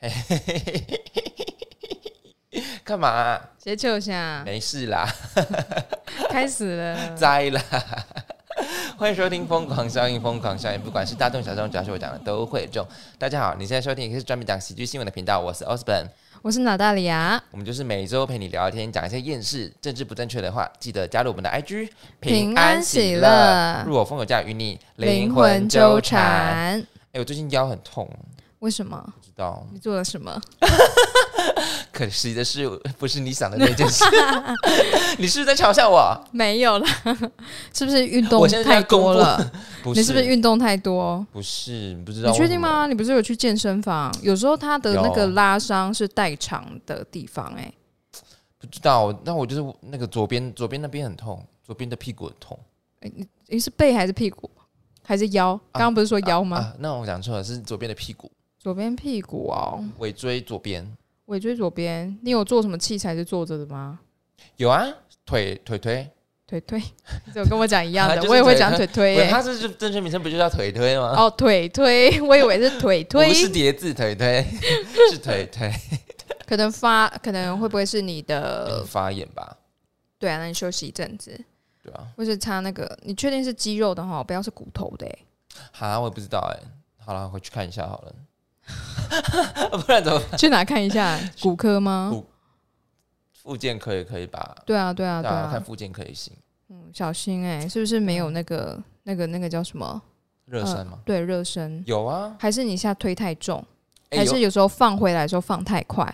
嘿嘿嘿嘿嘿嘿嘿 干嘛啊、谁救一下？没事啦，开 始了。栽啦。欢迎收听《疯狂效应》，疯狂效应，不管是大众小众，只要是我讲的都会中。大家好，你现在收听一个是专门讲喜剧新闻的频道，我是 Osborn，我是脑大里啊，我们就是每周陪你聊聊天，讲一些厌世、政治不正确的话。记得加入我们的 IG，平安喜乐乐入我风有价，与你灵魂纠。缠。哎、我最近腰很痛，为什么？不知道。你做了什么？可惜的是，不是你想的那件 事。你是不是在嘲笑我？没有啦， 是不是运动我现在太在公布多了？不是，你是不是运动太多？不是，不知道。你确定？吗？你不是有去健身房？有时候他的那个有拉伤是代偿的地方、欸，不知道。那我就是那个左边，左边那边很痛，左边的屁股很痛。你是背还是屁股还是腰？刚刚不是说腰吗？啊，那我讲错了，是左边的屁股，左边屁股哦，尾椎左边。尾椎左边。你有做什么器材是坐着的吗？有啊，腿腿腿。腿推， 你怎么跟我讲一样 就的？是我也会腿讲腿推、欸它这是正确名称，不就叫腿推吗？哦，腿推，我以为是 腿推啊不，是叠字腿推， 是腿推。可能发，可能会不会是你的？发炎吧？对啊，那你休息一阵子，对啊。或是擦那个，你确定是肌肉的哈，不要是骨头的欸、 哈，我也不知道哎、好了，回去看一下好了。 不然怎么？去哪看一下骨科吗骨？复健科也可以吧？对啊，对啊，对看啊，复健科也行。嗯，小心哎、是不是没有那个那个那个叫什么热身吗？对热身？有啊，还是你一下推太重，哎还有是有时候放回来的时候放太快，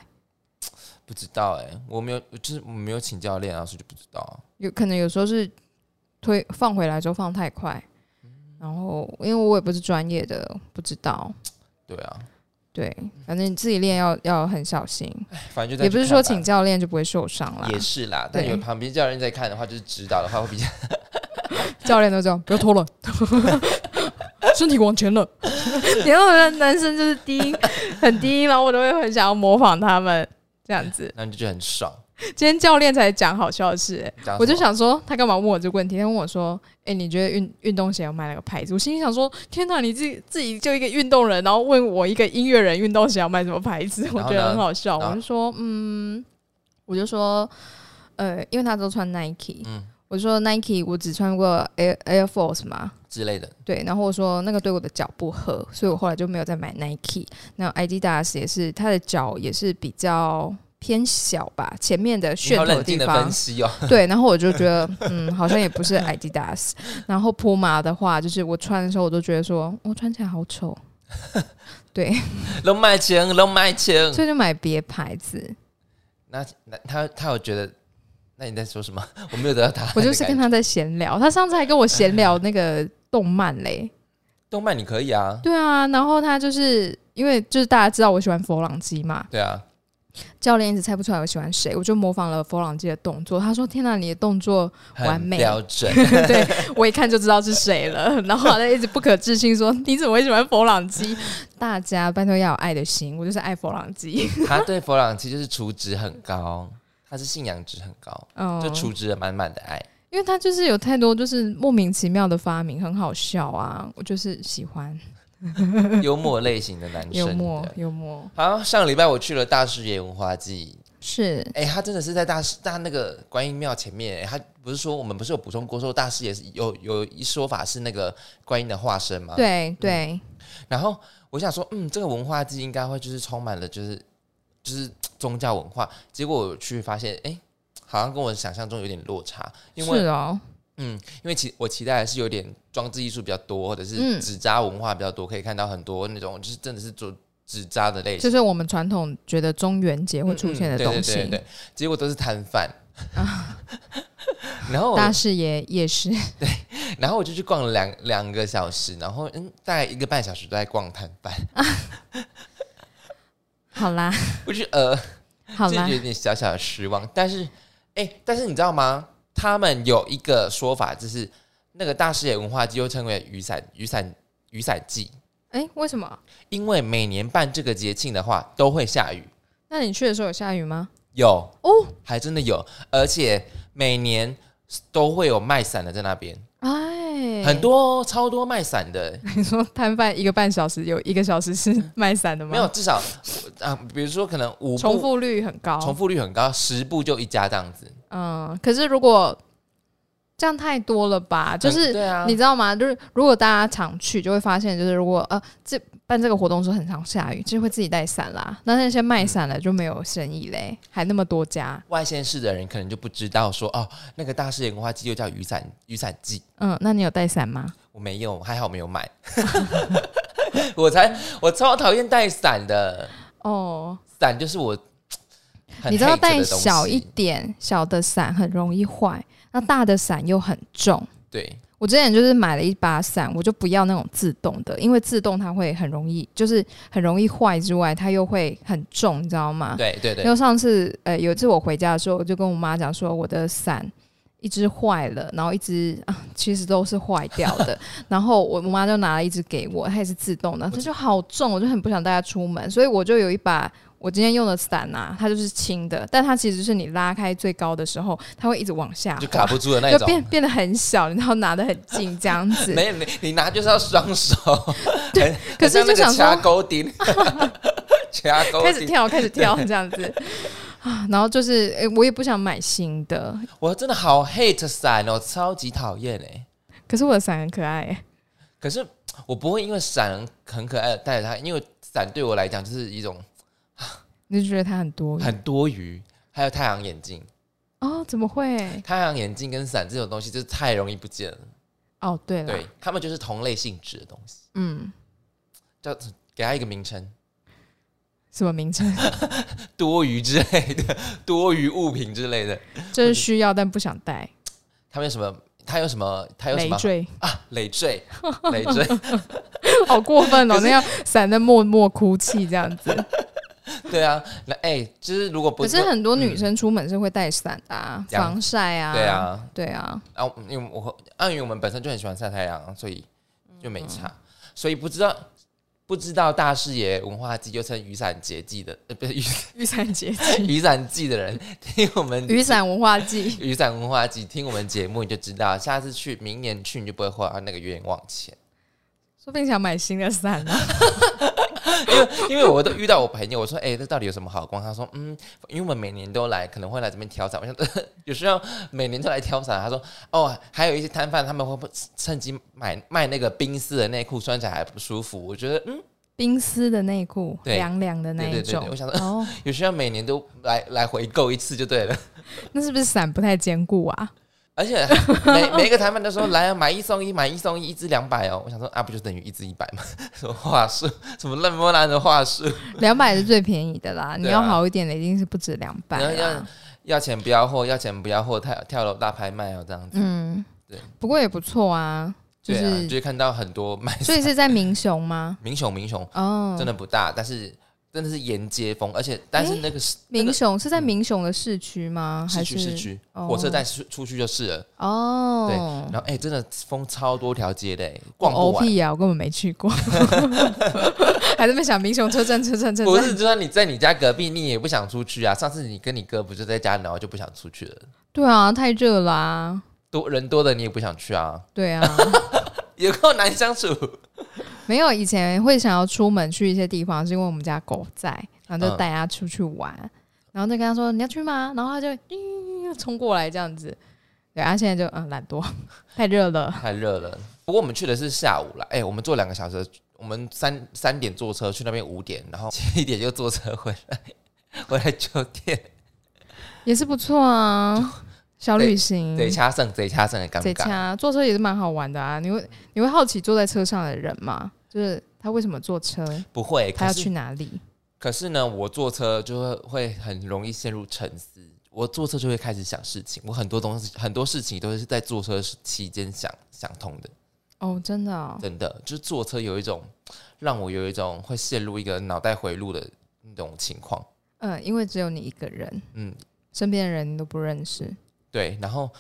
不知道哎、我没有，就是我没有请教练啊，所以就不知道啊。有可能有时候是推放回来之后放太快，然后因为我也不是专业的，不知道。对啊，对，反正你自己练要要很小心，哎反正就在也不是说请教练就不会受伤啦。也是啦，但对有旁边教练在看的话，就是指导的话会比较。教练都这样，不要拖了，身体往 前了。然后的男生就是低音很低音，然后我都会很想要模仿他们这样子那你就觉得很爽。今天教练才讲好笑的事、欸，讲什么我就，想说他干嘛问我这个问题？他问我说：“哎、你觉得运运动鞋要买哪个牌子？”我心里想说：“天哪，你自己自己就一个运动人，然后问我一个音乐人运动鞋要买什么牌子？”我然后呢觉得很好笑。然后我就说：“嗯，我就说，呃，因为他都穿 Nike，嗯我就说 Nike 我只穿过 Air Air Force 嘛，之类的，对，然后我说那个对我的脚不合，所以我后来就没有再买 Nike。那 Adidas 也是，它的脚也是比较偏小吧，前面的你楦好头的冷地静的方分，析 哦。对，然后我就觉得，嗯，好像也不是 Adidas。然后 Puma 的话，就是我穿的时候，我都觉得说，我、穿起来好丑，对， 龙脉钱，龙脉钱。所以就买别牌子。那那他他有觉得，那你在说什么？ 我没有得到他的感觉。我就是跟他在闲聊，他上次还跟我闲聊那个动漫嘞，动漫，你可以啊。对啊，然后他就是因为就是大家知道我喜欢佛朗机嘛，对啊，教练一直猜不出来我喜欢谁，我就模仿了佛朗机的动作。他说：“天哪，你的动作 很完美标准。 对我一看就知道是谁了。”然后他一直不可置信说：“你怎么会喜欢佛朗机？”大家拜托要有爱的心，我就是爱佛朗机。他对佛朗其就是除值很高，他是信仰值很高，嗯就，除值了满满的爱。因为他就是有太多就是莫名其妙的发明，很好笑啊，我就是喜欢幽默类型的男生。幽默对幽默好，上礼拜我去了大师爷文化季，是哎、他真的是在大师大那个观音庙前面、诶他不是说我们不是有补充过说大师爷是有有一说法是那个观音的化身吗？。对对，然后我想说，嗯，这个文化季应该会就是充满了就是就是宗教文化，结果我去发现，哎、好像跟我想象中有点落差，因为是哦，嗯，因为期我期待的是有点装置艺术比较多，或者是嗯纸扎文化比较多，可以看到很多那种就是真的是做纸扎的类型就，是我们传统觉得中元节会出现的东嗯西，嗯对对对对结果都是摊贩。 然后我，大视野也是， 然后我就去逛了两两个小时，然后嗯，大概一个半小时都在逛摊贩，好 啦我就呃，好就啦，有点小小的失望。但是，哎、但是你知道吗？他们有一个说法，就是那个大视野文化季又称为雨伞雨伞雨伞季，哎、为什么？因为每年办这个节庆的话都会下雨，那你去的时候有下雨吗？有哦还真的有，而且每年都会有卖伞的在那边。哎， 很。多、哦、超多卖伞的，你说摊贩一个半小时有一个小时是卖伞的吗？嗯没有，至少啊，比如说可能五步重复率很高，重复率很高，十步就一家这样子，嗯，可是如果这样太多了吧，就嗯是对啊，你知道吗？就是如果大家常去，就会发现，就是如果呃，这办这个活动的时候很常下雨，就会自己带伞啦。那那些卖伞的就没有生意嘞，还那么多家。外县市的人可能就不知道说哦，那个大师莲花季又叫雨伞雨伞季，嗯，那你有带伞吗？我没有，还好没有买。 我才我超讨厌带伞的，哦，伞就是我很你知道 hate 的带东小西一点小的伞很容易坏，那大的伞又很重。对，我之前就是买了一把伞，我就不要那种自动的，因为自动它会很容易，就是很容易坏之外，它又会很重，你知道吗？对对因对，为上次呃有一次我回家的时候，我就跟我妈讲说我的伞一只坏了，然后一只啊其实都是坏掉 的，然后我我妈就拿了一只给我，它也是自动的，它就好重，我就很不想带它出门，所以我就有一把。我今天用的伞啊，它就是轻的，但它其实是你拉开最高的时候，它会一直往下滑，就卡不住的那就变种。变得很小，然后拿得很近这样子。没有你，你拿就是要双 手，很可很是像那就想个说掐钩 钉，掐钩开始钉，跳，开始跳，这样 子啊，然后就是，诶我也不想买新的，我真的好 hate 伞哦，超级讨厌哎。可是我的伞很可爱、欸可是我不会因为伞很可爱而带着它，因为伞对我来讲就是一种你就觉得它很多余很多余。还有太阳眼镜，哦？怎么会？ 太阳眼镜跟伞这种东西就是太容易不见了，哦，对了，对他们就是同类性质的东西，嗯，叫给它一个名称，什么名称？ 多余之类的， 多余物品之类的。就是需要但不想戴，他们有什么？他有什么？他有什累么赘， 啊？累赘，累赘，好过分哦！那样伞在默默哭泣这样子。对啊，那哎、就是如果不可是很多女生出门是会带伞的啊，这样防晒啊，对，啊，对啊，然后因为我和啊，因为我们本身就很喜欢晒太阳，所以就没差，嗯所以不知道不知道大视野文化季又称雨伞节季的，呃，不 是雨雨伞节雨伞季的人，听我们 雨伞文化季。雨伞文化季，听我们节目你就知道，下次去明年去你就不会花那个冤枉钱，说不定想买新的伞啊 呢、因为我都遇到我朋友，我说哎、这到底有什么好逛？他说嗯，因为我们每年都来，可能会来这边挑伞。我想、 呃、有时候每年都来挑伞。他说哦，还有一些摊贩他们会不趁机买卖那个冰丝的内裤，穿起来还不舒服。我觉得嗯，冰丝的内裤，对凉凉的那一对对对种对我。想说哦，有时候每年都来来回购一次就对了。那是不是伞不太坚固啊？而且每每一个摊贩都说来啊，买一送一，买一送一，一支两百哦。我想说啊，不就等于一支一百吗？ 什么话术？什么烂摸烂的话术？两百是最便宜的啦，你对啊要好一点的一定是不止两百啊然后啦要。要钱不要货，要钱不要货，跳跳楼大拍卖哦，这样子。嗯对，不过也不错啊，就对啊，是就会看到很多卖 所以是在明雄吗？明雄明雄哦，真的不大，但是真的是沿街风，而且但是那个是那明个嗯雄是在明雄的市区吗？还市区是市区哦火车站出出去就是了。对哦，然后哎，真的风超多条街的，哎我逛不完。屁啊，我根本没去 过，还在那边想明雄车站车站车不站，是，就算你在你家隔壁，你也不想出去啊。上次你跟你哥不就在家，然后就不想出去了，对啊，太热啦、啊，多人多的你也不想去啊，对 啊。有够难相处。没有，以前会想要出门去一些地方，是因为我们家狗在，然后就嗯带它出去玩，然后就跟它说你要去吗？然后它就嗯冲过来这样子。对，它、现在就嗯懒惰，太热了。太热了。不过我们去的是下午啦，哎、我们坐两个小时，我们三三点坐车去那边五点，然后七点又坐车回来， 回来九点。也是不错啊，小旅行。贼掐胜，贼掐胜的尴嗯贼尬。掐，坐车也是蛮好玩的啊。你会你会好奇坐在车上的人吗？就是他为什么坐车，不会，他可要去是哪里？可是呢，我坐车就会会很容易陷入沉思。我坐车就会开始想事情，我很多东西很多事情都是在坐车期间想想通的。哦，真的、哦，真的，就是坐车有一种让我有一种会陷入一个脑袋回路的那种情况。嗯，因为只有你一个人，嗯，身边的人你都不认识。对，然后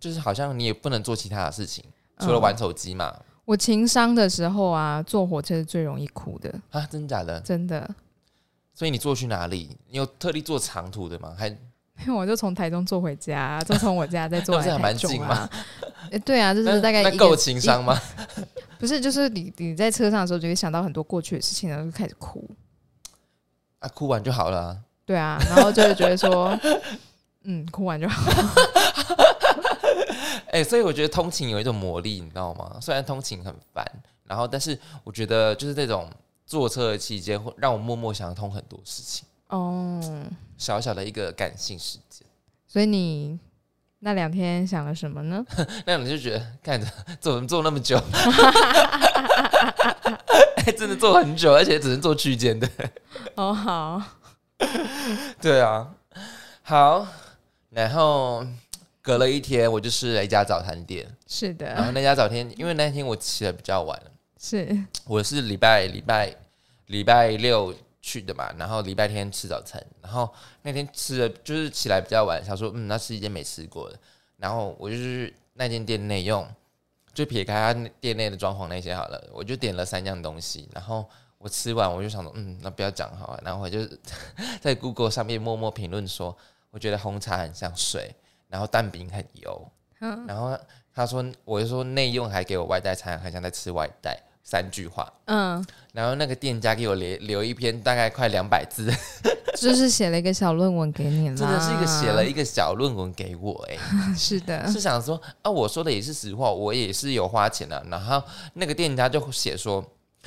就是好像你也不能做其他的事情，除了嗯玩手机嘛。我情商的时候啊，坐火车是最容易哭的，啊，真假的？真的。 所以你坐去哪里？你有特地坐长途的吗？还因为我就从台中坐回家，啊就从我家再 坐那不是来还台蛮中近啊。 诶对啊，就是大概那一那个够情商吗？ 不是，就是你你在车上的时候就会想到很多过去的事情，然后就开始哭。啊，哭完就好了啊。对啊，然后就会觉得说， 嗯，哭完就好。哎、所以我觉得通勤有一种魔力，你知道吗？虽然通勤很烦，然后但是我觉得就是这种坐车的期间，会让我默默想通很多事情，哦、小小的一个感性时间。所以你那两天想了什 么呢？那你就觉得看着怎么坐那么久， 哎、真的坐很久，而且只能坐区间的。哦，好，对啊，好，然后隔了一天，我就吃了一家早餐店，是 然后的，那家早餐，因为那天我起的比较晚，是我是礼拜礼拜礼拜六去的嘛，然后礼拜天吃早餐，然后那天吃的就是起来比较晚，想说嗯，那吃一间没吃过的，然后我就是那间店内用，就撇开它店内的装潢那些好了，我就点了三样东西，然后。我吃完我就想说，嗯，那不要讲好了。然后我就 在 Google 上面默默评论说，我觉得红茶很像水，然后蛋饼很油，嗯然后他说，我就说内用还给我外带餐，很像在吃外带，三句话。嗯，然后那个店家给我留留一篇大概快两百字， 就是写了一个小论文给你啦，真的是一个写了一个小论文给我、欸，是的，是想说啊，我说的也是实话，我也是有花钱的、啊然后那个店家就写说，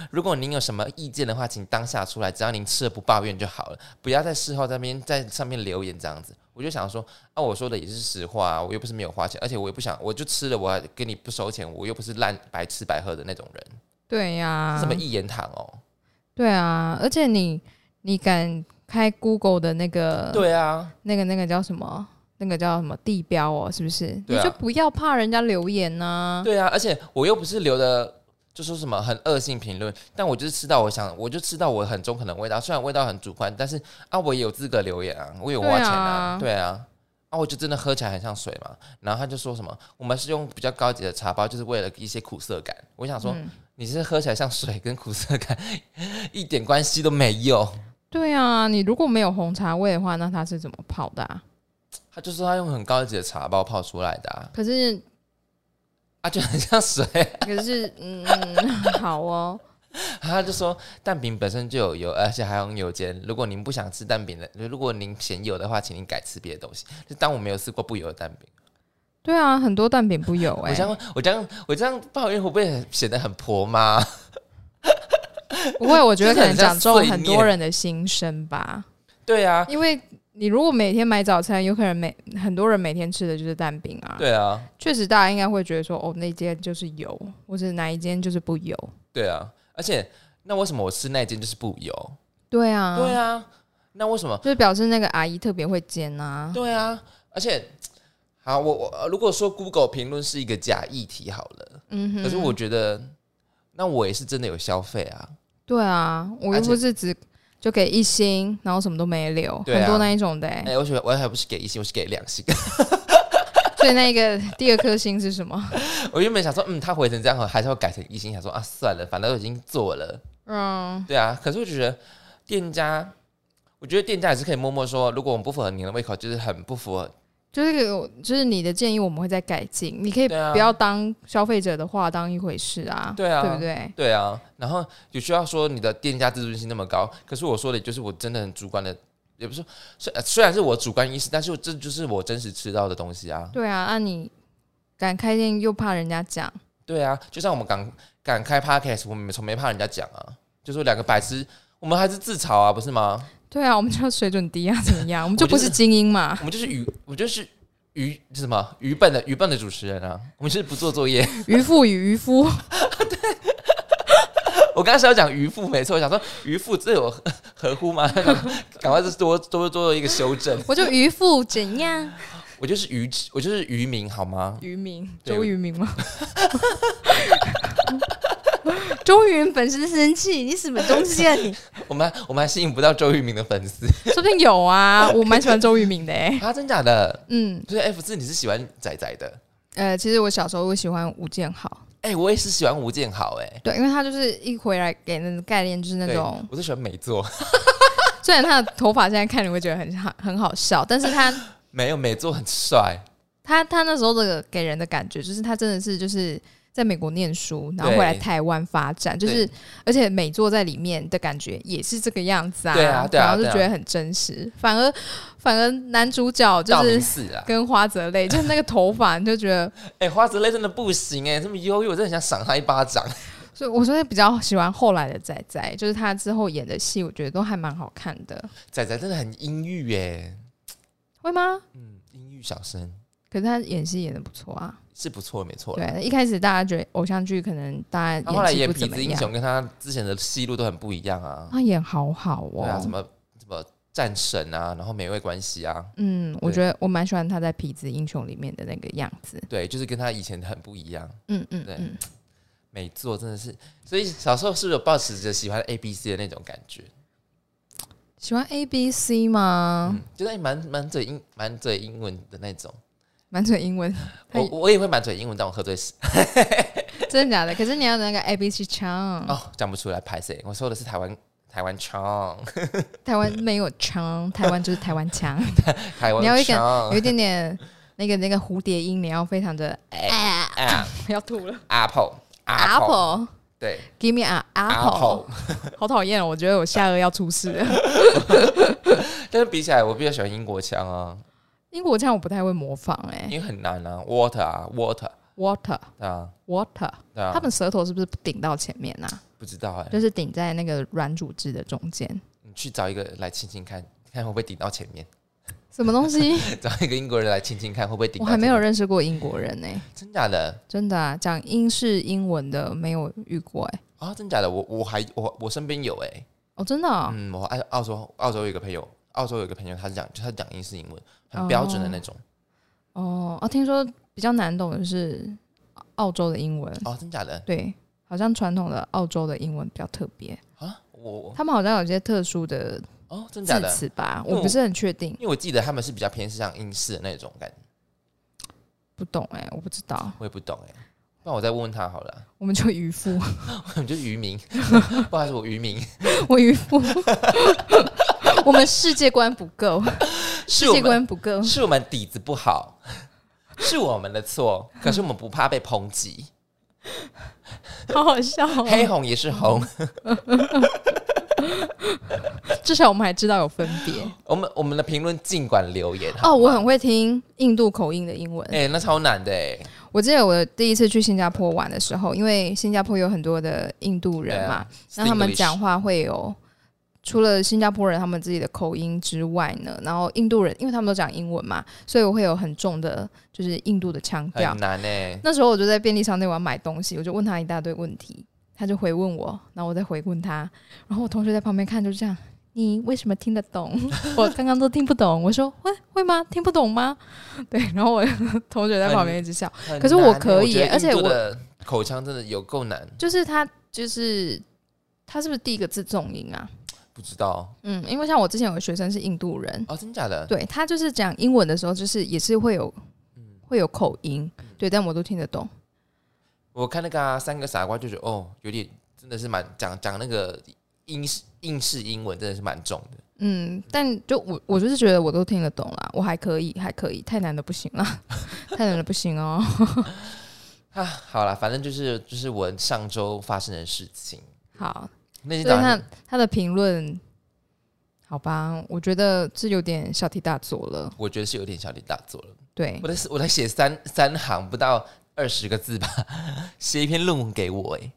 如果您有什么意见的话，请当下出来，只要您吃了不抱怨就好了，不要在事后在那边在上面留言这样子。我就想说啊，我说的也是实话、啊，我又不是没有花钱，而且我也不想，我就吃了，我还跟你不收钱，我又不是烂白吃白喝的那种人，对呀、什么一言堂哦。对啊，而且你你敢开 Google 的那个对啊，那个那个叫什么？那个叫什么地标哦？是不是？对你啊就不要怕人家留言呐、对啊，而且我又不是留的，就说什么很恶性评论，但我就是吃到我想，我就吃到我很中肯的味道，虽然味道很主观，但是啊，我也有资格留言啊，我有花钱啊，对对啊。啊，我就真的喝起来很像水嘛，然后他就说什么，我们是用比较高级的茶包，就是为了一些苦涩感。我想说，嗯你是喝起来像水，跟苦涩感 一点关系都没有。对啊，你如果没有红茶味的话，那它是怎么泡的、啊？他就说他用很高级的茶包泡出来的啊，可是啊就很像水。可是，嗯， 好哦， 他就说蛋饼本身就有油，而且还有油煎。如果您不想吃蛋饼的，如果您嫌油的话，请您改吃别的东西。就当我没有吃过不油的蛋饼。对啊，很多蛋饼不油我哎、这样我这样我这样抱怨会不会很显得很婆妈？ 不会，我觉得这个可能很像讲中碎很念多人的心声吧，对啊，因为你如果每天买早餐，有可能每很多人每天吃的就是蛋饼啊，对啊，确实大家应该会觉得说，哦，那间就是油，或者哪一间就是不油，对啊。而且那为什么我吃那间就是不油？对啊，对啊，那为什么？就是表示那个阿姨特别会煎啊，对啊，而且好，我我呃如果说 Google 评论是一个假议题好了，嗯哼，可是我觉得那我也是真的有消费啊。对啊，我而又且不是只就给一星，然后什么都没留，对啊很多那一种的、欸哎、我觉得我还不是给一星，我是给两星。所以那个第二颗星是什么？我原本想说，嗯，他回成这样，还是要改成一星，想说啊，算了，反正都已经做了，嗯，对啊。可是我觉得店家，我觉得店家也是可以默默说，如果我们不符合你的胃口，就是很不符合。就是有就是你的建议，我们会再改进。你可以对啊不要当消费者的话当一回事啊，对啊对不对？对啊，然后有需要说你的店家自尊心那么高，可是我说的就是我真的很主观的，也不是说虽呃虽然是我主观意识，但是我这就是我真实吃到的东西啊。对啊，那、你敢开店又怕人家讲，对啊，就像我们敢敢开 podcast，我们从没怕人家讲啊，就说两个白痴，我们还是自嘲啊，不是吗？对啊，我们 就水准低啊，怎么样？我们就我就不是是精英 嘛 我，们就是愚，我就是愚是什么愚笨的愚笨的主持人啊！我们就是不做作业。 渔夫与渔夫，我刚才是要讲渔父，没错，我想说渔父这有合合乎吗？ 赶快就是多多做一个修正。我就渔夫怎样？我就是愚痴，我就是渔民，好吗？渔民，对周渔民吗？ 周渔民粉丝生气，你什么东西啊 你？我们还我们还吸引不到周渝民的粉丝 说不定有啊，我蛮喜欢周渔民的哎、啊？真假的？嗯，所以 F 四你是喜欢仔仔的？呃，其实我小时候会喜欢吴建豪，哎、我也是喜欢吴建豪、哎，对，因为他就是一回来给人的概念就是那对种，我是喜欢美作，虽然他的头发现在看你会觉得很好很好笑，但是他 没有美作很帅，他他那时候的给人的感觉就是他真的是就是在美国念书，然后对回来台湾发展，就是而且美坐在里面的感觉也是这个样子啊，对啊对啊然后就对啊觉得很真实。反而反而男主角就道明是寺啊，跟花泽类，就是那个头发，你就觉得，哎、花泽类真的不行哎、这么忧郁，我真的很想赏他一巴掌。所以我说比较喜欢后来的仔仔，就是他之后演的戏，我觉得都还蛮好看的，仔仔真的很阴郁哎、会吗？嗯，阴郁小生可是他演戏演的不错啊，是不错，没错啦。对，一开始大家觉得偶像剧可能大家他后来技演不痞怎么子英样，雄，跟他之前的戏路都很不一样啊。他演好好对啊，什哦。么什么战神啊，然后美味关系啊，嗯，我对觉得我蛮喜欢他在《痞子英雄》里面的那个样子。对，就是跟他以前很不一样。嗯嗯对嗯，美作真的是，所以小时候是不是有抱持着喜欢 A B C 的那种感觉？喜欢 A B C 吗嗯？，就是哎满满嘴英满嘴英文的那种。满嘴英文， 他我我也会满嘴英文，但我喝醉时真的假的？可是你要有那个 A B C 腔，哦讲不出来，拍谁？我说的是台湾台湾腔，台湾没有 腔，台湾就是台湾腔，台你要湾一个腔有一点点那个那个蝴蝶音，你要非常的哎，啊 要吐了。 ，apple apple Apple，对 give me a apple，好讨厌哦！我觉得我下颚要出事了。但是比起来，我比较喜欢英国腔啊，英国腔我不太会模仿哎、因为很难啊，water 啊 water w a t e r 对啊 water，、对啊他，们舌头是不是顶到前面呐、啊？不知道哎、就是顶在那个软组织的中间，你去找一个来亲亲看，看会不会顶到前面， 什么东西？找一个英国人来亲亲看会不会 顶我到还前没面。有认识过英国人呢、欸真假的真的啊，讲英式英文的没有遇过哎、啊、真假的，我我还我我身边有哎、哦，真的、哦，嗯，我澳澳洲澳洲有一个朋友，澳洲有一个朋友，他讲就他讲英式英文，很标准的那种。哦哦，听说比较难懂的是澳洲的英文，哦，真假的对，好像传统的澳洲的英文比较特别，啊？我我他们好像有一些特殊的哦，真假字的？嗯词吧，因为我不是很确定，因为我记得他们是比较偏向英式的那种感觉，不懂哎、我不知道，我也不懂哎、那我再问问他好了，我们就渔夫。我们就是渔民，不好意思，我渔民， 我渔夫，我们世界观不够，是世我界们观不够。是我们底子不好， 是我们的错，可是我们不怕被抨击， 好好笑、黑哦。红也是红，至少我们还知道有分别。我们我们的评论尽管留言哦，好我吗很会听印度口音的英文。哎、那超难的哎、我记得我第一次去新加坡玩的时候，因为新加坡有很多的印度人嘛，那他们 Singlish 讲话会有。除了新加坡人他们自己的口音之外呢，然后印度人，因为他们都讲英文嘛，所以我会有很重的，就是印度的腔调很。难哎、那时候我就在便利商店我要买东西，我就问他一大堆问题，他就回问我，然后我再回问他，然后我同学在旁边看就这样，你为什么听得懂？我刚刚都听不懂。我说会会吗？听不懂吗？对，然后我同学在旁边一直笑，很可是我难哎可以觉得而且印度我的口腔真的有够难，就是他就是他是不是第一个字重音啊？不知道嗯，因为像我之前有个学生是印度人，哦，真假的？对他就是讲英文的时候，就是也是会有会有口音，对，但我都听得懂。我看那个、啊、三个傻瓜就觉得哦，有点真的是蛮讲讲那个英式英式英文真的是蛮重的，嗯，但就我我就是觉得我都听得懂啦，我还可以，还可以，太难的不行啦，太难的不行哦。 啊。好啦，反正就是就是我上周发生的事情，好，那天所以早他上他的评论，好吧，我觉得这有点小题大做了。我觉得是有点小题大做了，对我，在我在写三三行不到二十个字吧， 写一篇论文给我哎、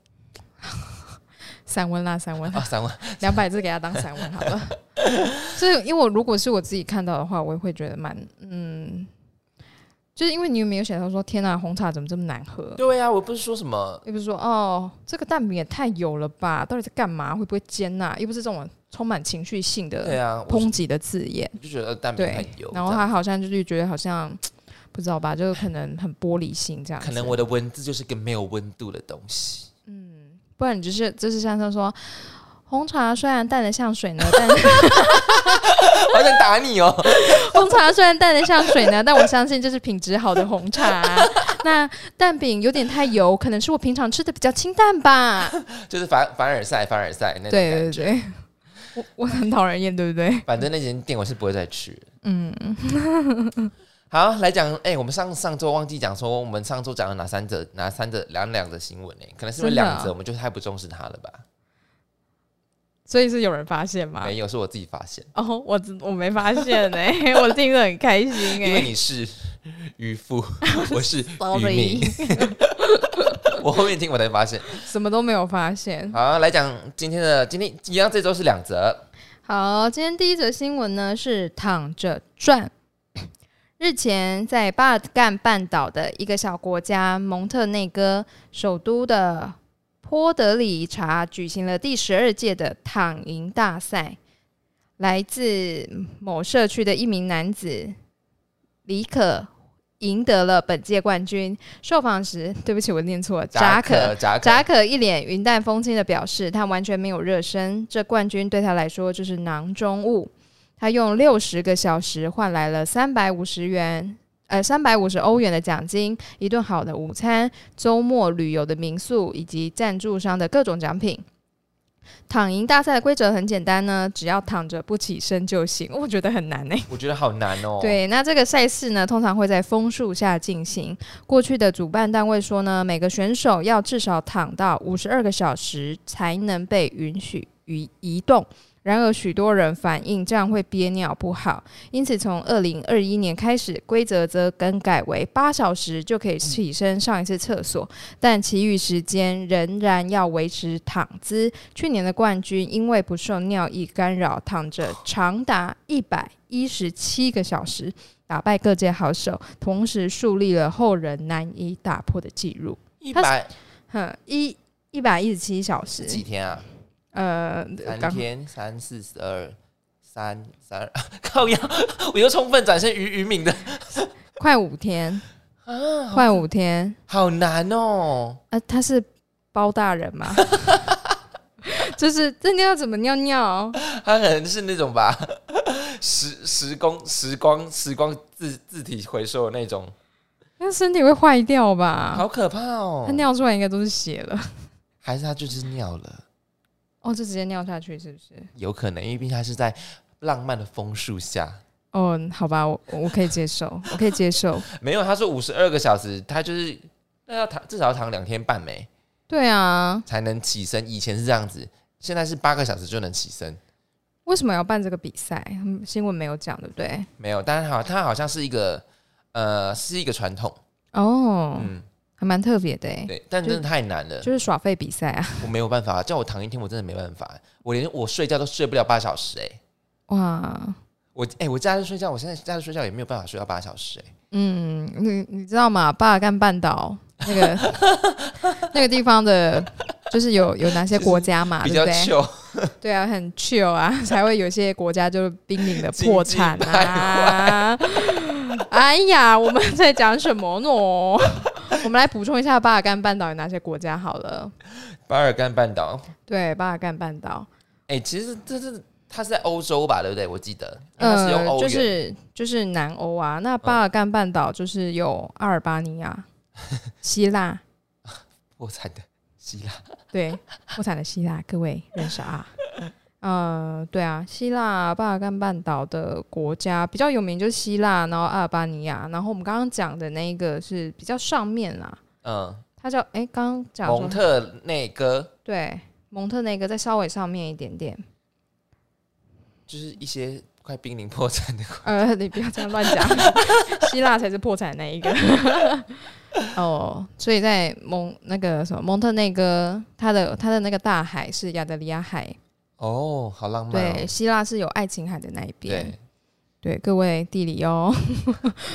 散文 啦，散文，啊，散文两百字给他当散文好了。 所以，因为我如果是我自己看到的话，我也会觉得蛮嗯，就是因为你有没有想到说，天啊呐，红茶怎么这么难喝？对呀、啊，我不是说什么又不是说哦，这个蛋饼也太油了吧？到底在干嘛？会不会煎呐、又不是这种充满情绪性对的啊，我抨击的字眼。就觉得蛋饼对很油，，然后这样他好像就是觉得好像不知道吧，就是可能很玻璃心这样子。可能我的文字就是个没有温度的东西。 不然你就是就是像他说，红茶虽然淡的像水呢，但 好想打你哦！ 红茶虽然淡的像水呢，但我相信这是品质好的红茶。 那蛋饼有点太油，可能是我平常吃的比较清淡吧。就是凡凡尔赛，凡尔赛那种对感对觉。对， 我我很讨人厌，对不对？反正那间店我是不会再去。嗯，好，来讲，哎、我们上上周忘记讲说，我们上周讲了哪三则、哪三则、两两则新闻呢、欸可能是因为真的啊两则我们就太不重视它了吧？所以是有人发现吗？没有，是我自己发现，哦，我只我没发现哎、 我听得很开心因为哎、你是渔夫， 我是渔 Sorry 民，我后面听我才发现。什么都没有发现。好，来讲今天的，今天一样，这周是两则，好，今天第一则新闻呢是躺着赚。 日前，在巴尔干半岛的一个小国家蒙特内哥首都的波德里察举行了第十二届的躺赢大赛。来自某社区的一名男子李可赢得了本届冠军。受访时，对不起，我念错了，扎可可扎可扎可一脸云淡风轻的表示，他完全没有热身，这冠军对他来说就是囊中物。他用六十个小时换来了三百五十元，呃，三百五十欧元的奖金，一顿好的午餐，周末旅游的民宿以及赞助商的各种奖品。躺赢大赛的规则很简单呢，只要躺着不起身就行。我觉得很难呢、欸我觉得好难哦。，对，那这个赛事呢，通常会在枫树下进行。过去的主办单位说呢，每个选手要至少躺到五十二个小时才能被允许移移动。然而，许多人反映这样会憋尿不好，因此从二零二一年开始，规则则更改为八小时就可以起身上一次厕所，但其余时间仍然要维持躺姿。去年的冠军因为不受尿意干扰，躺着长达一百一十七个小时，打败各界好手，同时树立了后人难以打破的记录。一百哼，一一百一十七小时，几天啊？呃，三刚天，三四十二，三三 二，靠腰，我又充分展现渔渔民的快五天，啊，快五天。好难哦。啊，他是包大人吗？ 就是这尿怎么尿尿？他可能是那种吧，时时光时光时光字字体回收的那种，那身体会坏掉吧？好可怕哦啊他。尿出来应该都是血了。还是他就是尿了，哦，就直接尿下去是不是？有可能，因为毕竟他是在浪漫的枫树下。哦，好吧，我我可以接受，我可以接受。没有，他说五十二个小时，他就是那要躺至少要躺两天半没对啊，才能起身。以前是这样子，现在是八个小时就能起身。为什么要办这个比赛？嗯新闻没有讲，对不对？没有，但是好，它好像是一个呃，是一个传统，哦，嗯，还蛮特别的哎，对，但真的太难了就，是耍废比赛啊！我没有办法，叫我躺一天，我真的没办法，我连我睡觉都睡不了八小时、哎，哇，我哎、我假日睡觉，我现在假日睡觉也没有办法睡到八小时、哎，嗯，你你知道吗？巴尔干半岛那个那个地 方的，就是有有哪些国家嘛，比较啊对不对？糗，对啊，很 chill 啊， 才会有些国家就濒临的破产经济败啊。哎呀，我们在讲什么呢？ 我们来补充一下巴尔干半岛有哪些国家好了。巴尔干半岛，对，巴尔干半岛，哎、其实这是它是在欧洲吧，对不对？我记得，因哎为它是用呃，欧元，就是就是南欧啊。那巴尔干半岛就是有阿尔巴 尼亚、希腊，破产的希腊，对，破产的希腊，各位认识 啊。嗯呃，对啊，希腊巴尔干半岛的国家比较有名就是希腊，然后阿尔巴尼亚，然后我们刚刚讲的那一个是比较上面啦，嗯，它叫哎，刚刚讲蒙说特内哥对蒙特那个再稍微上面一 点点，就是一些快濒临破产的国呃，你不要这样 乱讲，希腊才是破产那一个。 哦，所以在蒙那个什么蒙特内哥，它的它的那个大海是亚得里亚海，哦，好浪漫、对，哦，希腊是有爱琴海的那一边，对，对，各位地理哦，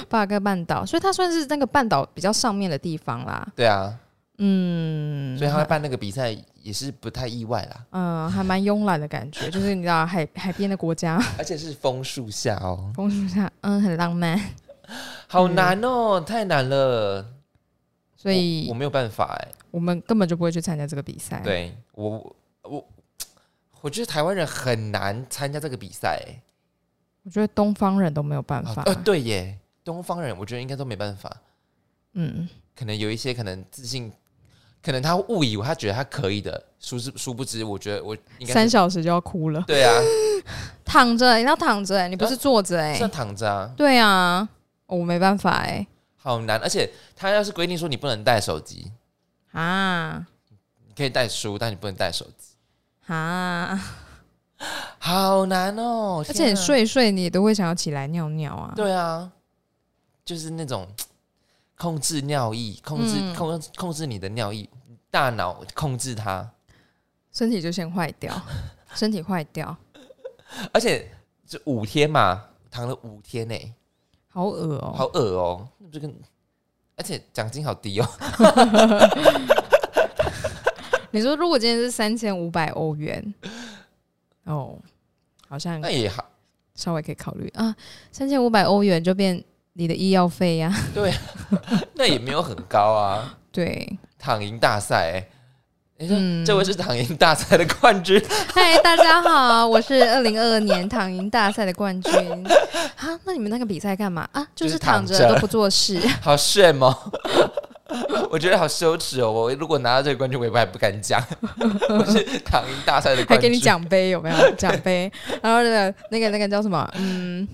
巴尔干半岛，所以它算是那个半岛比较上面的地方啦。对啊，嗯，所以他会办那个比赛也是不太意外啦，嗯、还蛮慵懒的感觉，就是你知道海海边的国家，而且是枫树下哦，风景下嗯很浪漫，好难哦，太难了，嗯所我以哎我我没有办法哎、们根本就不会去参加这个比赛。，对我我我觉得台湾人很难参加这个比赛哎、我觉得东方人都没有办啊法。呃对耶，东方人我觉得应该都没办法，嗯，可能有一些可能自信。可能他误以为他觉得他可以的，殊知殊不知，我觉得我应该三是小时就要哭了，对啊，躺着，你要躺着，你不啊是坐着哎、算躺着啊，对啊，我没办法哎、好难。而且他要是规定说你不能带手机，啊你可以带书，但你不能带手机，啊！好难哦。而且天你啊睡一睡，你也都会想要起来尿尿啊。对啊，就是那种控制尿意，控制、嗯控控制你的尿意，大脑控制它。身体就先坏 掉，身体坏掉，而且这五天嘛，躺了五天呢、好恶哦、好恶哦、那这个，而且奖金好低哦、你说如果今天是三千五百欧元，哦，好像那也好，稍微可以考虑啊，三千五百欧元就变你的医药费呀、 啊 那也没有很高啊。对，躺赢大赛、欸，你说、嗯 这位是躺赢大赛的冠军，嗨，大家好，我是二零二二年躺赢大赛的冠军 啊。那你们那个比赛干嘛啊？就就是是躺躺着着都不 做事，好炫哦！ 我觉得好羞耻哦！我如果拿到这个冠军，我也不还不敢 讲，我是躺赢大赛的还冠军，给你奖杯有没有？奖杯， 然后那个那个那个叫什么？嗯，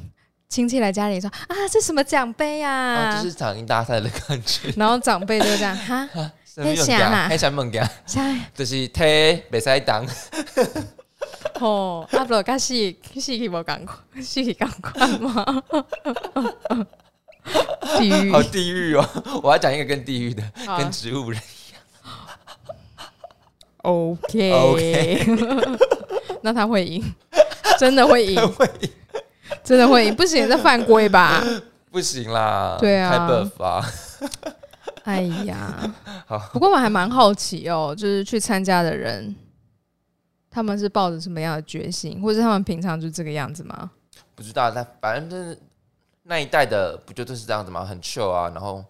亲戚来家里说啊，这什么奖杯呀、哦，这是躺赢大赛的冠军。然后长辈就这样哈，什么物件 那啥啦那啥物件？现在啊就是体袂使动，吼，啊不，甲死死去无共款，死去共款嘛。地狱好地狱哦！ 我要讲一个更地狱的，嗯好啊跟植物人。 ，OK OK 那他会赢，真的 会赢，真的会赢，不行，这犯规吧？不行啦，对啊太 buff 啊！哎呀 好，不过我还蛮好奇哦，就是去参加的人，他们是抱着什么样的决心，或者他们平常就这个样子吗？不知道，但反正就是那一代的，不就都是这样子吗？很 chill 啊，然后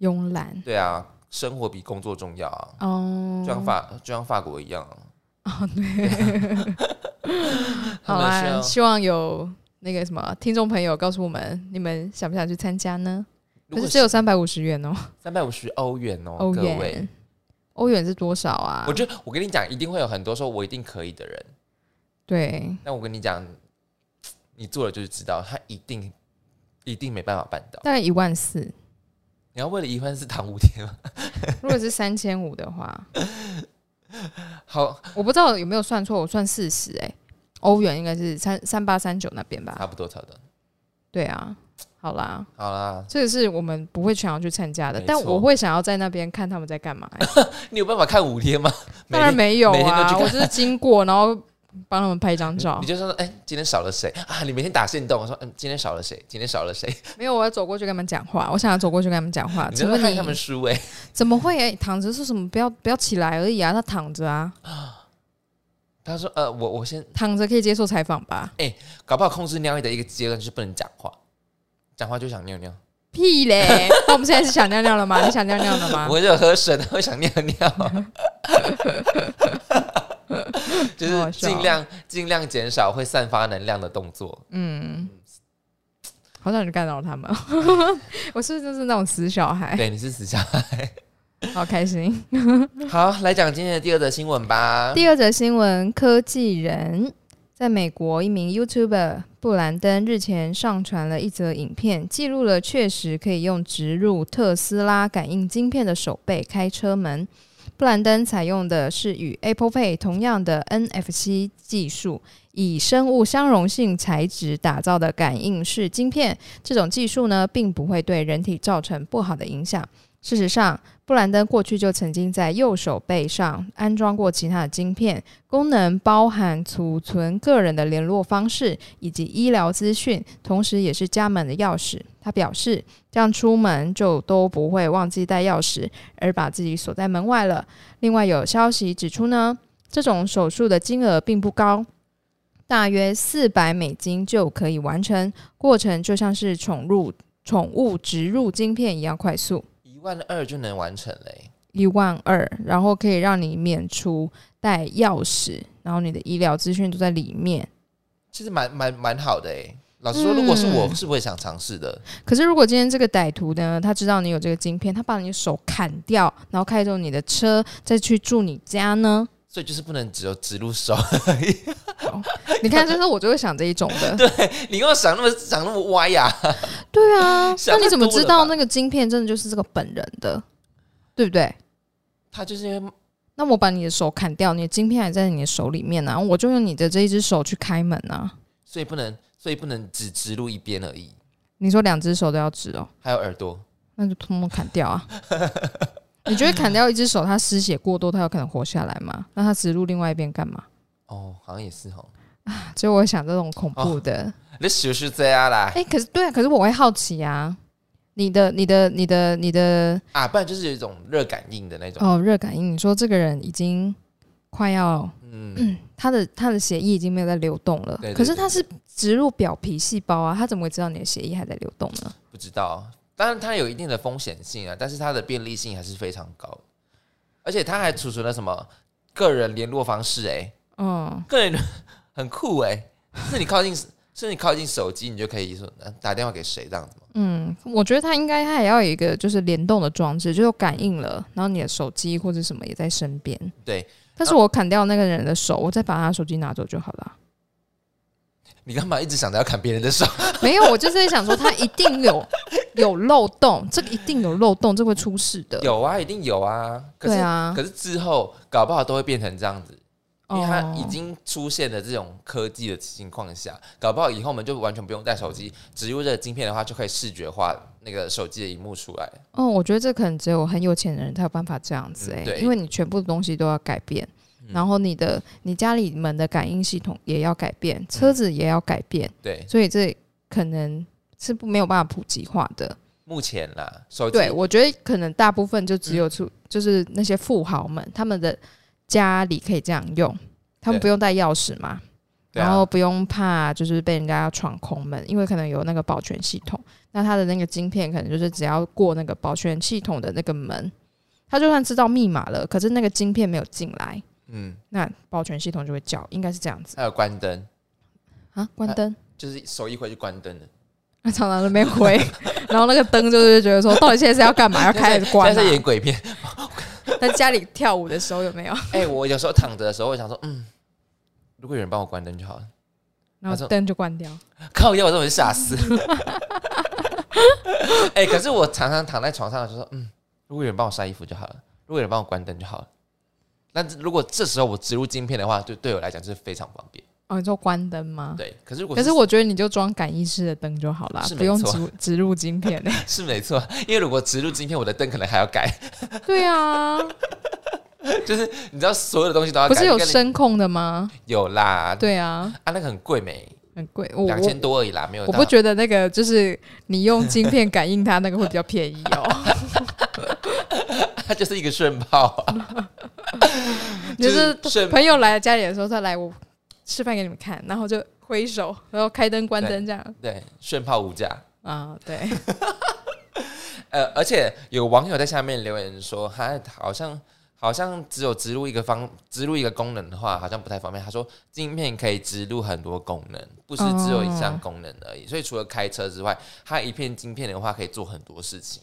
慵懒对啊，生活比工作重要啊，哦就，像法就像法国一样啊。哦对。 他好们啊需啦，要希望有那个什么听众朋友告诉我们，你们想不想去参加呢？如可果是只有三百五十元哦，三百五十欧元哦，欧各位元，，欧元是多少啊我？觉得我跟你讲，一定会有很多说我一定可以的人，对，但我跟你讲，你做了就是知道，他一定一定没办法办到。大概一万 四。你要为了一万四躺五天吗？ 如果是三千五的话，好，我不知道有没有算错，我算四十哎，欧元应该是三三八三九那边吧差？不多，差不多。对啊，好啦，好啦，这个是我们不会想要去参加的没，但错我会想要在那边看他们在干嘛 欸、你有办法看五天吗？当然每天没有每天都去啊，看我就是经过，然后帮他们拍一张照 你。就说，哎、今天少了谁啊？你每天打线动，我说，嗯，今天少了谁？今天少了谁？没有，我要走过去跟他们讲话，我想要走过去跟他们讲话。你啊请就会问看你他们输哎、怎么会、欸？躺着是什么？不要不要起来而已啊，他躺着啊，他说，呃，我我先躺着可以接受采访吧？搞不好控制尿意的一个阶段就是不能讲话，讲话就想尿尿，屁 嘞！那我们现在是想尿尿了吗？你想尿尿了吗？我就喝水，他 会想尿 尿。就是好好笑尽量尽量减少会散发能量的动作，嗯，好想去干扰他们。 我是不是就是那种死小孩？对，你是死笑。 好开心。好，来讲今天的第二则新闻吧。第二则新闻：科技人在美国，一名 YouTuber 布兰登日前上传了一则影片，记录了确实可以用植入特斯拉感应晶片的手背开车门。布兰登采用的是与 Apple Pay 同样的 NFC 技术，以生物相容性材质打造的感应式晶片。这种技术呢，并不会对人体造成不好的影响。事实上，布兰登过去就曾经在右手背上安装过其他的晶片，功能包含储存个人的联络方式以及医疗资讯，同时也是家门的钥匙。他表示，这样出门就都不会忘记带钥匙，而把自己锁在门外了。另外，有消息指出呢，这种手术的金额并不高。大约四百美金就可以完成，过程就像是宠入宠物植入晶片一样快速。一万二就能完成嘞、一万二，然后可以让你免除带钥匙，然后你的医疗资讯都在里面。其实蛮蛮蛮好的哎、老实说，嗯如果是我，是不会想尝试的。可是如果今天这个歹徒呢，他知道你有这个晶片，他把你的手砍掉，然后开走你的车，再去住你家呢？所以就是不能只有植入手， 你看，就是我就会想这一种的，对你干嘛想那么想那么歪呀、啊。 想那你太怎么多知了道吧那个晶片真的就是这个本人的，对不对？他就是因为那我把你的手砍掉，你的晶片还在你的手里面呢、啊，我就用你的这一只手去开门啊。所以不能所以不能只植入一边而已，你说两只手都要指哦，还有耳朵。那就通通砍掉啊。 你觉得砍掉一只手，它失血过多，它有可能活下来吗？那它植入另外一边干嘛？哦，好像也是哦，所以我想这种恐怖的，那就是这样啦哎、可是对啊，可是我会好奇啊，你的、你的、你的、你的啊，不然就是有一种热感应的那种，哦，热感应，你说这个人已经快要嗯，他的他的血液已经没有在流动了，对对可是他是植入表皮细胞啊，他怎么会知道你的血液还在流动呢？不知道。当然它有一定的风险性啊，但是它的便利性还是非常高的，而且它还储存了什么个人联络方式、欸，嗯，个人很酷哎、是你靠近，是你靠近手机，你就可以说呃打电话给谁这样子吗？嗯，我觉得它应该它也要有一个就是联动的装置，就是感应了，然后你的手机或者什么也在身边。对，但是我砍掉那个人的手，我再把他手机拿走就好了。你干嘛一直想着要砍别人的手？没有，我就是在想说，他一定有有漏洞，这个一定有漏洞，这会出事的。有啊，一定有啊。可是对啊，可是之后搞不好都会变成这样子，因为它已哦、经出现了这种科技的情况下，搞不好以后我们就完全不用带手机，植入这个晶片的话，就可以视觉化那个手机的荧幕出来。哦，我觉得这可能只有很有钱的人才有办法这样子嗯哎、对嗯因为你全部的东西都要改变，然后你的你家里门的感应系统也要改变，车子也要改变，对，所以这可能是不没有办法普及化的。目前啦，手机对，我觉得可能大部分就只有出、就是那些富豪们他们的家里可以这样用，他们对不用带钥匙嘛，对啊然后不用怕就是被人家闯空门，因为可能有那个保全系统。那它的那个晶片可能就是只要过那个保全系统的那个门，他就算知道密码了，可是那个晶片没有进来，嗯，那保全系统就会叫，应该是这样子还有关灯，啊。关呃灯，就是手一挥就关灯的。那常常都没回， 然后那个灯就是觉得说，到底现在是要干嘛？要开始关、现在在啊？演鬼片。 在家里跳舞的时候有没有？哎、我有时候躺着的时候，我想说，嗯，如果有人帮我关灯就好了。他然后说灯就关掉。靠腰，我真的吓死。 哎、可是我常常躺在床上就说，嗯，如果有人帮我晒衣服就好了，如果有人帮我关灯就好了。那如果这时候我植入晶片的话，对对我来讲是非常方便。哦，你说关灯吗？对，可是如果可是我觉得你就装感应式的灯就好啦是，没不用错植植入晶片、 欸。是没错，因为如果植入晶片，我的灯可能还要改，对啊，就是你知道所有的东西都要不改。是有跟你嗯声控的吗？有啦，对啊，啊，那个很贵没，很贵。我两我千多而已啦，没有我到。不觉得那个就是你用晶片感应它那个会比较便宜 哦，它就是一个炫炮啊，就就是是朋友来家里的时候，他来我吃饭给你们看，然后就挥手，然后开灯关灯这样对，炫炮无价。啊，对， 呃，而且有网友在下面留言说，他好像好像只有植入一个方植入一个功能的话，好像不太方便。他说镜片可以植入很多功能，不是只有一项功能而已。所以除了开车之外，它一片镜片的话可以做很多事情。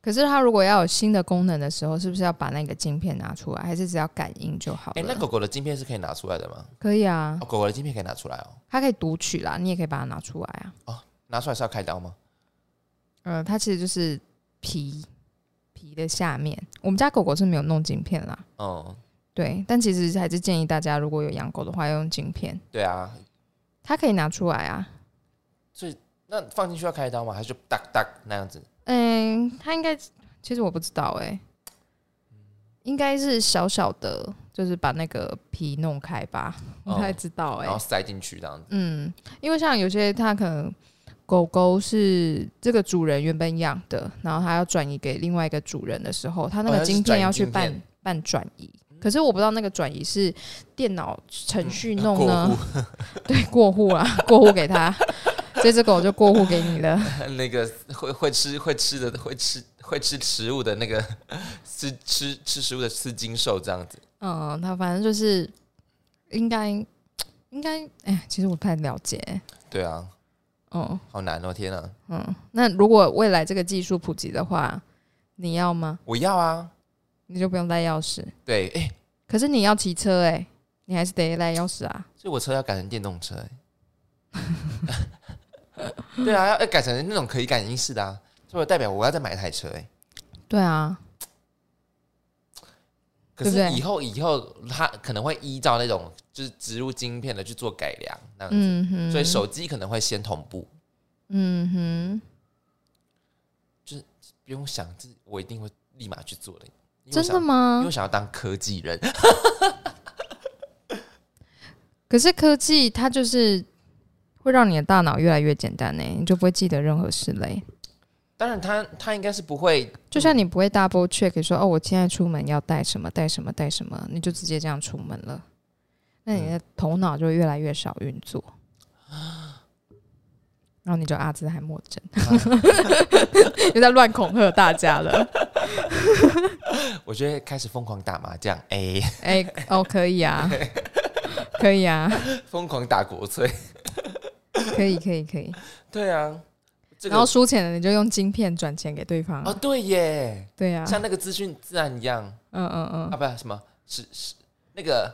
可是它如果要有新的功能的时候，是不是要把那个晶片拿出来，还是只要感应就好哎、那了？狗狗的镜片是可以拿出来的吗？可以啊哦，，狗狗的镜片可以拿出来哦。它可以读取啦，你也可以把它拿出来啊。拿出来是要开刀吗？呃，它其实就是皮皮的下面。我们家狗狗是没有弄晶片啦，嗯，对，但其实还是建议大家，如果有养狗的话，要用晶片，对啊。它可以拿出来啊。那放进去要开刀吗？还是就哒哒那样子？嗯，它应该其实我不知道哎、应该是小小的，就是把那个皮弄开吧，我不太知道哎、然后塞进去这样子？嗯，因为像有些它可能狗狗是这个主人原本养的，然后它要转移给另外一个主人的时候，它那哦个它是晶转片移要去晶片嗯办、办转移。可是我不知道那个转移是电脑程序弄呢，嗯啊过 对，过户啦，过户给他，这只狗就过户给你了。 那个会会吃会吃的会吃会吃食物的那个吃吃吃食物的吃金兽这样子，嗯，它反正就是应该应该，哎，其实我不太了解。对啊，嗯好难哦，天啊，嗯，那如果未来这个技术普及的话，你要吗？我要啊，你就不用带钥匙。对，哎、可是你要骑车哎、你还是得来钥匙啊。所以我车要改成电动车、欸。 对啊，要要改成那种可以感应式的啊，所以代表我要再买一台车哎、欸。对啊，可对不对是以后以后它可能会依照那种就是植入晶片的去做改良，那样子，嗯哼，所以手机可能会先同步，嗯不用想，这我一定会立马去做的。因哼，为我真的想，因为吗我？想要当科技人， 可是科技它就是会让你的大脑越来越简单呢、欸你就不会记得任何事嘞、当然他他应该是不会就像你不会 double check 说哦，我现在出门要带什么带什么带什么，你就直接这样出门了，那你的头脑就会越来越少运作，嗯然后你就阿兹海默症， 又在乱恐吓大家了。我觉得开始疯狂打麻将，哎、 哎、哦，可以啊，可以啊，疯狂打国粹。 可以可以可以。对啊，这然后个输钱了你就用晶片转钱给对方、哦，啊，对耶，对啊，像那个资讯自然一样嗯嗯啊，嗯，不是什么是是那个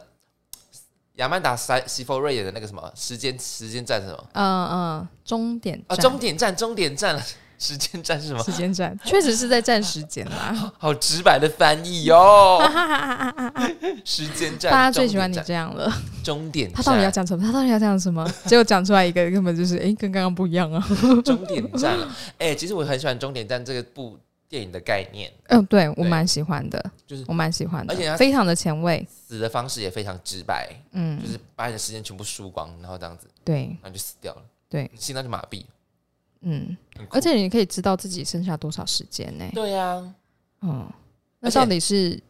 亚曼达塞西佛瑞演的那个什么时间时间站是什么嗯嗯，终点啊？站，终点站，终点站， 时间站是什么？时间站，确实是在站时间 啦。好直白的翻译哦， 哈哈哈哈哈哈！时间大站，家最喜欢终你点站这样了。啊终点站，他到底要讲什么？他到底要讲什么？结果讲出来一个根本就是，诶，跟刚刚不一样嗯啊。终点站了。哎、其实我很喜欢终点站这个部电影的概念，嗯，对我对蛮喜欢的，就是我蛮喜欢的，而且他非常的前卫。死的方式也非常直白，嗯就，是把你的时间全部输光，然后这样子，对然后你就死掉了，对，你心脏就麻痹，嗯，很酷而且你可以知道自己剩下多少时间呢、对啊，嗯，那而且到底是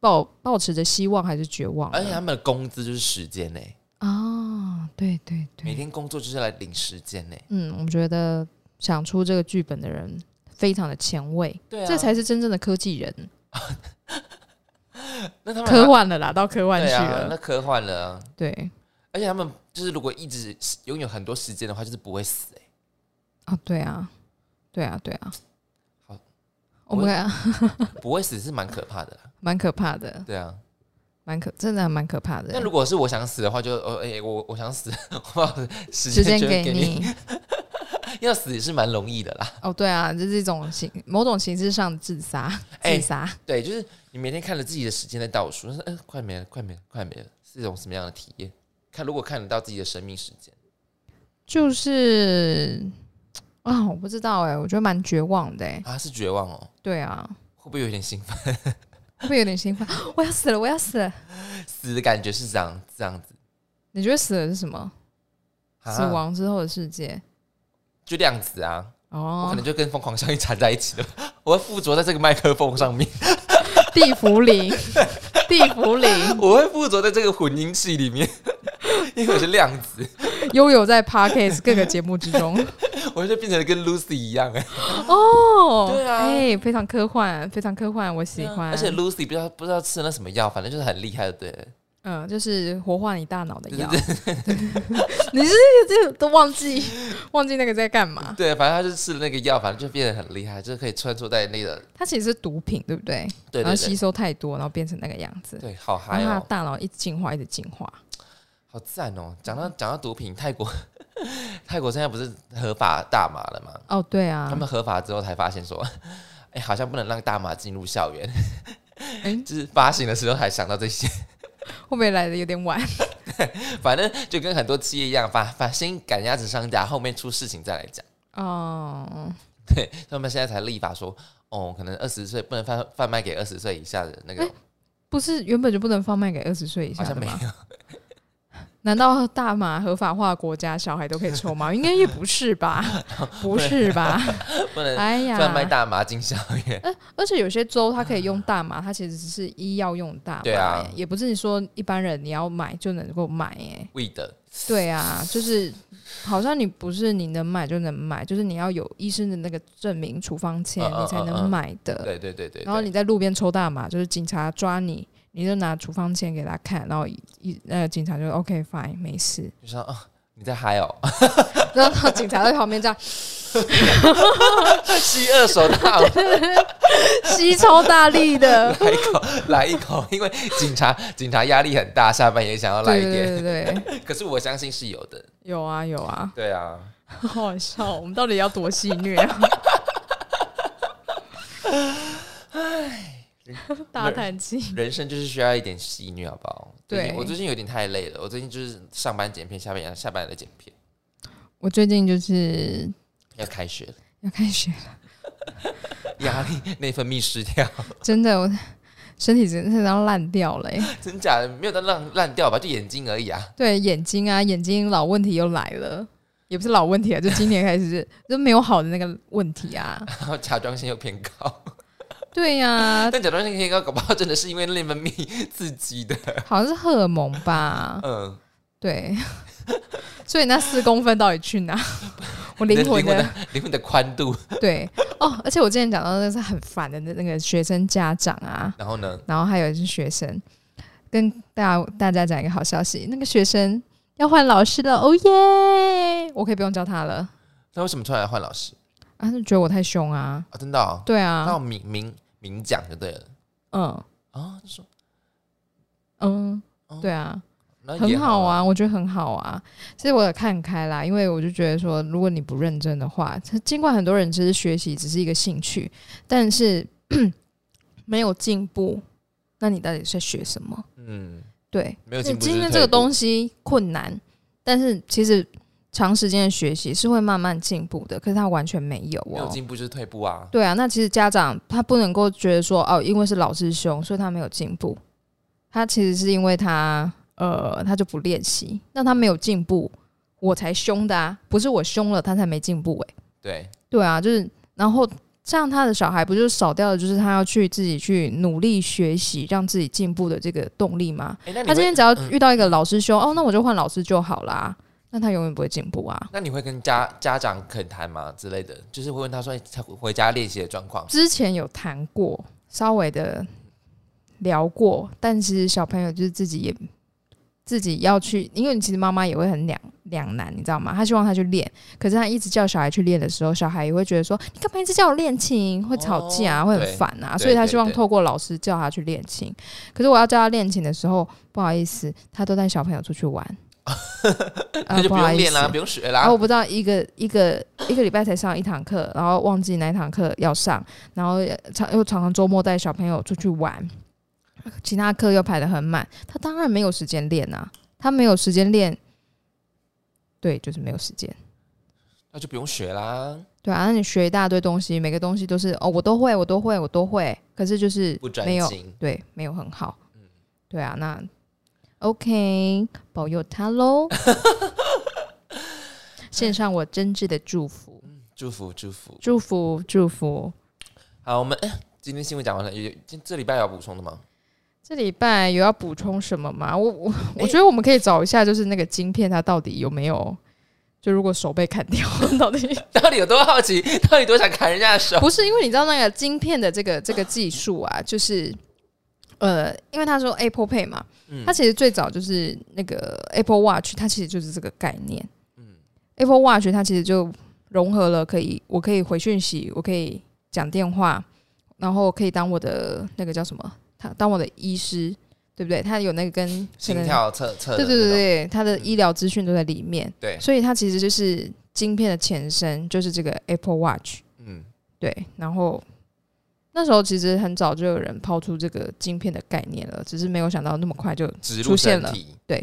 抱抱持着希望还是绝望呢？而且他们的工资就是时间呢、啊，对对每对，天工作就是来领时间呢、嗯，我觉得想出这个剧本的人非常的前卫，对啊，这才是真正的科技人。那他们科幻了啦，到科幻去啊对啊，了那。科幻了、啊，对，而且他们就是如果一直拥有很多时间的话，就是不会死、欸、啊，对啊，对啊，对啊。好，我们我看不会死是蛮可怕的啦， 蛮可怕的，对啊。蛮可，真的还蛮可怕的那如欸。果是我想死的话就，呃，哎、我我想死， 我把时时 间全部给给你，要死也是蛮容易的啦。哦，对啊，这是一种形，某种形式上的自杀，哎自杀。对，就是你每天看着自己的时间在倒数，但是嗯、快没了，快没了，快没了，是一种什么样的体验？看如果看得到自己的生命时间，就是啊，我不知道哎、我觉得蛮绝望的哎、啊，是绝望哦，对啊，会不会有点兴奋？ 会不会有点兴奋？ 我要死了，我要死了！死的感觉是这样这样子，你觉得死了是什么？啊死亡之后的世界？就这样子啊，我可哦能，就跟疯狂效应缠在一起了，我会附着在这个麦克风上面，地茯苓，地茯苓，我会附着在这个混音器里面， 因为我是量子，悠游在 Parkes 各个节目之 中。我就变成跟 Lucy 一样哎、哦，对啊哎、非常科幻，非常科幻，我喜欢。而且 Lucy 不知道不知道吃了那什么药，反正就是很厉害的，对。嗯，就是活化你大脑的对药对。 你是这都忘记忘记那个在干嘛？对，反正他就吃了那个药，反正就变得很厉害，就是可以穿梭在那个，它其实是毒品，对不对？对然对后吸对，收太多，然后变成那个样子。对，好嗨然后他哦的，大脑一直进化，一直进化。好赞哦！讲到讲到毒品，泰国 泰国现在不是合法大麻了吗？哦，对他啊，们合法之后才发现说，哎、好像不能让大麻进入校园，哎 就是发行的时候还想到这些， 会不会来的有点晚？反正就跟很多企业一样，把把先赶鸭子上架，后面出事情再来讲。 哦，对，所以他们现在才立法说，哦，可能二十岁不能贩贩卖给二十岁以下的那个哎，不是原本就不能贩卖给二十岁以好下像没的有吗？。 难道大麻合法化国家小孩都可以 抽吗？应该也不是吧，不是吧？不能哎呀，贩卖大麻进校园。 而且有些州它可以用大麻，它其实只是医药用大麻、对啊也不是你说一般人你要买就能够买、哎，味的，对啊，就是好像你不是你能买就能买，就是你要有医生的那个证明处方签，嗯嗯你才能买的。对对对对。然后对你在路边抽大麻，就是警察抓你，你就拿处方签给他看，然后一呃警察就 OK fine 没事， 就说啊，你在嗨哦， 然后警察在旁边这样，吸二手大麻，吸超大力的来一口， 来一口，因为警察警察压力很大，下班也想要来对一对对点。对，对 可是我相信是有的，有啊有啊，对啊， 好好笑，我们到底要多戏 虐啊？ 大叹气，人生就是需要一点戏虐，好不好？最近对我最近有点太累了，我最近就是上班剪片，下班也下班也在剪片，我最近就是要开学 了，要开学了，压力内分泌失调，真的，我身体真的要烂掉了、欸。 真假的没有到烂烂掉吧，就眼睛而已啊。 对，眼睛啊，眼睛老问题又来了，也不是老问题啊，就今年开始就没有好的那个问题啊。然后甲状腺又偏高，对呀、但甲状腺偏高，搞不好真的是因为内分泌刺激的。好像是荷尔蒙吧？嗯，对， 所以那四公分到底去哪？ 我你的灵魂的的灵魂的宽度，对哦，而且我之前讲到那个是很烦的那那个学生家长啊，然后呢？然后还有就是学生，跟大家大家讲一个好消息，那个学生要换老师了，哦耶！我可以不用教他了那为什么突然要换老师啊，他就觉得我太凶啊，啊？真的、哦，对那我啊，明明明讲就对了嗯啊，就说嗯哦，对啊，那也很好啊，啊，我觉得很好啊。其实我也看开啦，因为我就觉得说，如果你不认真的话，尽管很多人只是学习只是一个兴趣，但是 没有进步，那你到底在学什么？嗯，对，没有你进步。今天这个东西，西困难，但是其实长时间的学习是会慢慢进步的，可是他完全没有没有哦。进步就是退步啊。对啊，那其实家长他不能够觉得说哦，因为是老师凶，所以他没有进步。他其实是因为他呃，他就不练习，那他没有进步，我才凶的啊，不是我凶了他才没进步诶、欸对，对啊，就是然后这样他的小孩不就少掉了，就是他要去自己去努力学习，让自己进步的这个动力吗？哎，那你他啊今会天只要遇到一个老师凶，哦，那我就换老师就好啦，那他永远不会进步啊。那你会跟家家长恳谈吗之类的？就是会问他说哎他回家练习的状况。之前有谈过，稍微的聊过，但其实小朋友就是自己也自己要去，因为你其实妈妈也会很两两难，你知道吗？她希望他去练，可是她一直叫小孩去练的时候，小孩也会觉得说你干嘛一直叫我练琴，会吵架、哦会很对烦啊，对所以她对希望对透过老师叫他去练琴。可是我要叫他练琴的时候，不好意思，他都带小朋友出去 玩。那呃就不不好用意练啦，思，哦不用学然啦后我。不知道一个一个一个礼拜才上一堂课，然后忘记哪一堂课要上，然后呃常又常常周末带小朋友出去玩，其他课又排得很满，他当然没有时间练啊，他没有时间练，对，就是没有时间。那就不用学啦，对啊，那你学一大堆东西，每个东西都是哦，我都会，我都会，我都会，可是就是不专没有心。对，没有很好。对啊，那 OK，保佑他喽，献上我真挚的祝福。祝福祝福。祝福祝福。好，我们哎今天新闻讲完了，有有今这礼拜有要补充的吗？ 这礼拜有要补充什么吗？我我我觉得我们可以找一下，就是那个晶片它到底有没有，就如果手被砍掉， 到底到底有多好奇？到底多想砍人家的手？不是因为你知道那个晶片的这个这个技 术啊，就是呃，因为他说 Apple Pay 嘛，嗯它其实最早就是那个 Apple Watch，它其实就是这个概念。嗯 Apple Watch 它其实就融合了可以，我可以回讯息，我可以讲电话，然后可以当我的那个叫什么，它当我的医师，对不对？它有那个跟可心能跳测测的对那种，对对对，它的嗯医疗资讯都在里面，对所以它其实就是晶片的前身，就是这个 Apple Watch。嗯，对，然后那时候其实很早就有人抛出这个晶片的概念了，只是没有想到那么快就植出入现身了体，对。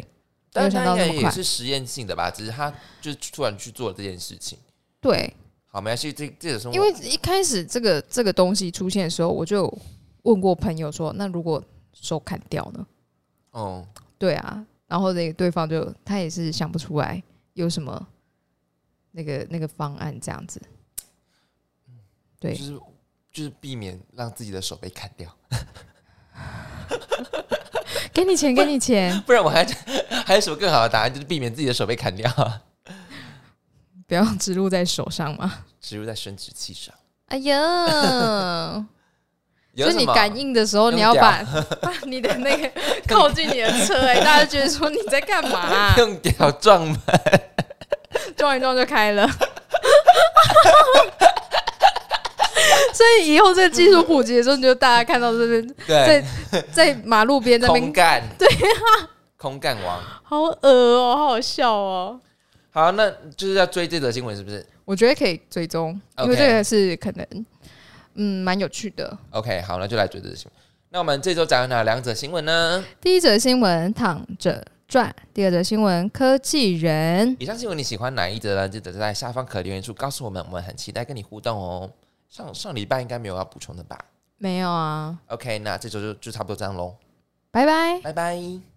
没但有是想他到应那该么也快是实验性的吧？只是他就是突然去做了这件事情。对，好，没关系，这这也是我因为一开始这个这个东西出现的时候，我就有问过朋友说，那如果手砍掉呢？哦，对啊，然后那个对方就他也是想不出来有什么那个那个方案这样子。对就，是就是避免让自己的手被砍掉， 给你钱，给你钱，不然我还 还有什么更好的答案？就是避免自己的手被砍掉， 不要植入在手上嘛。植入在生殖器上。哎呀， 有所以什你么？感应的时候，用你要掉把 把你的那个靠近你的车、 哎，大家觉得说你在干嘛、用屌撞门，撞一撞就开了。所以以后这个技术普及的时候，你就大家看到这边 对，在在马路边那空边，干， 对呀、啊空干王。好恶哦、好好笑哦、好，那就是要追这则新闻，是不是我觉得可以追踪，因为 OK 这个是可能嗯蛮有趣的。 ？OK，好，那就来追这则新闻。那我们这周讲了哪两则新闻呢？第一则新闻躺着赚，第二则新闻科技人。以上新闻你喜欢哪一则呢？记得在下方可留言处告诉我们，我们很期待跟你互动哦。上上礼拜应该没有要补充的吧没有啊， ？OK，那这周就就差不多这样喽，拜拜。拜拜。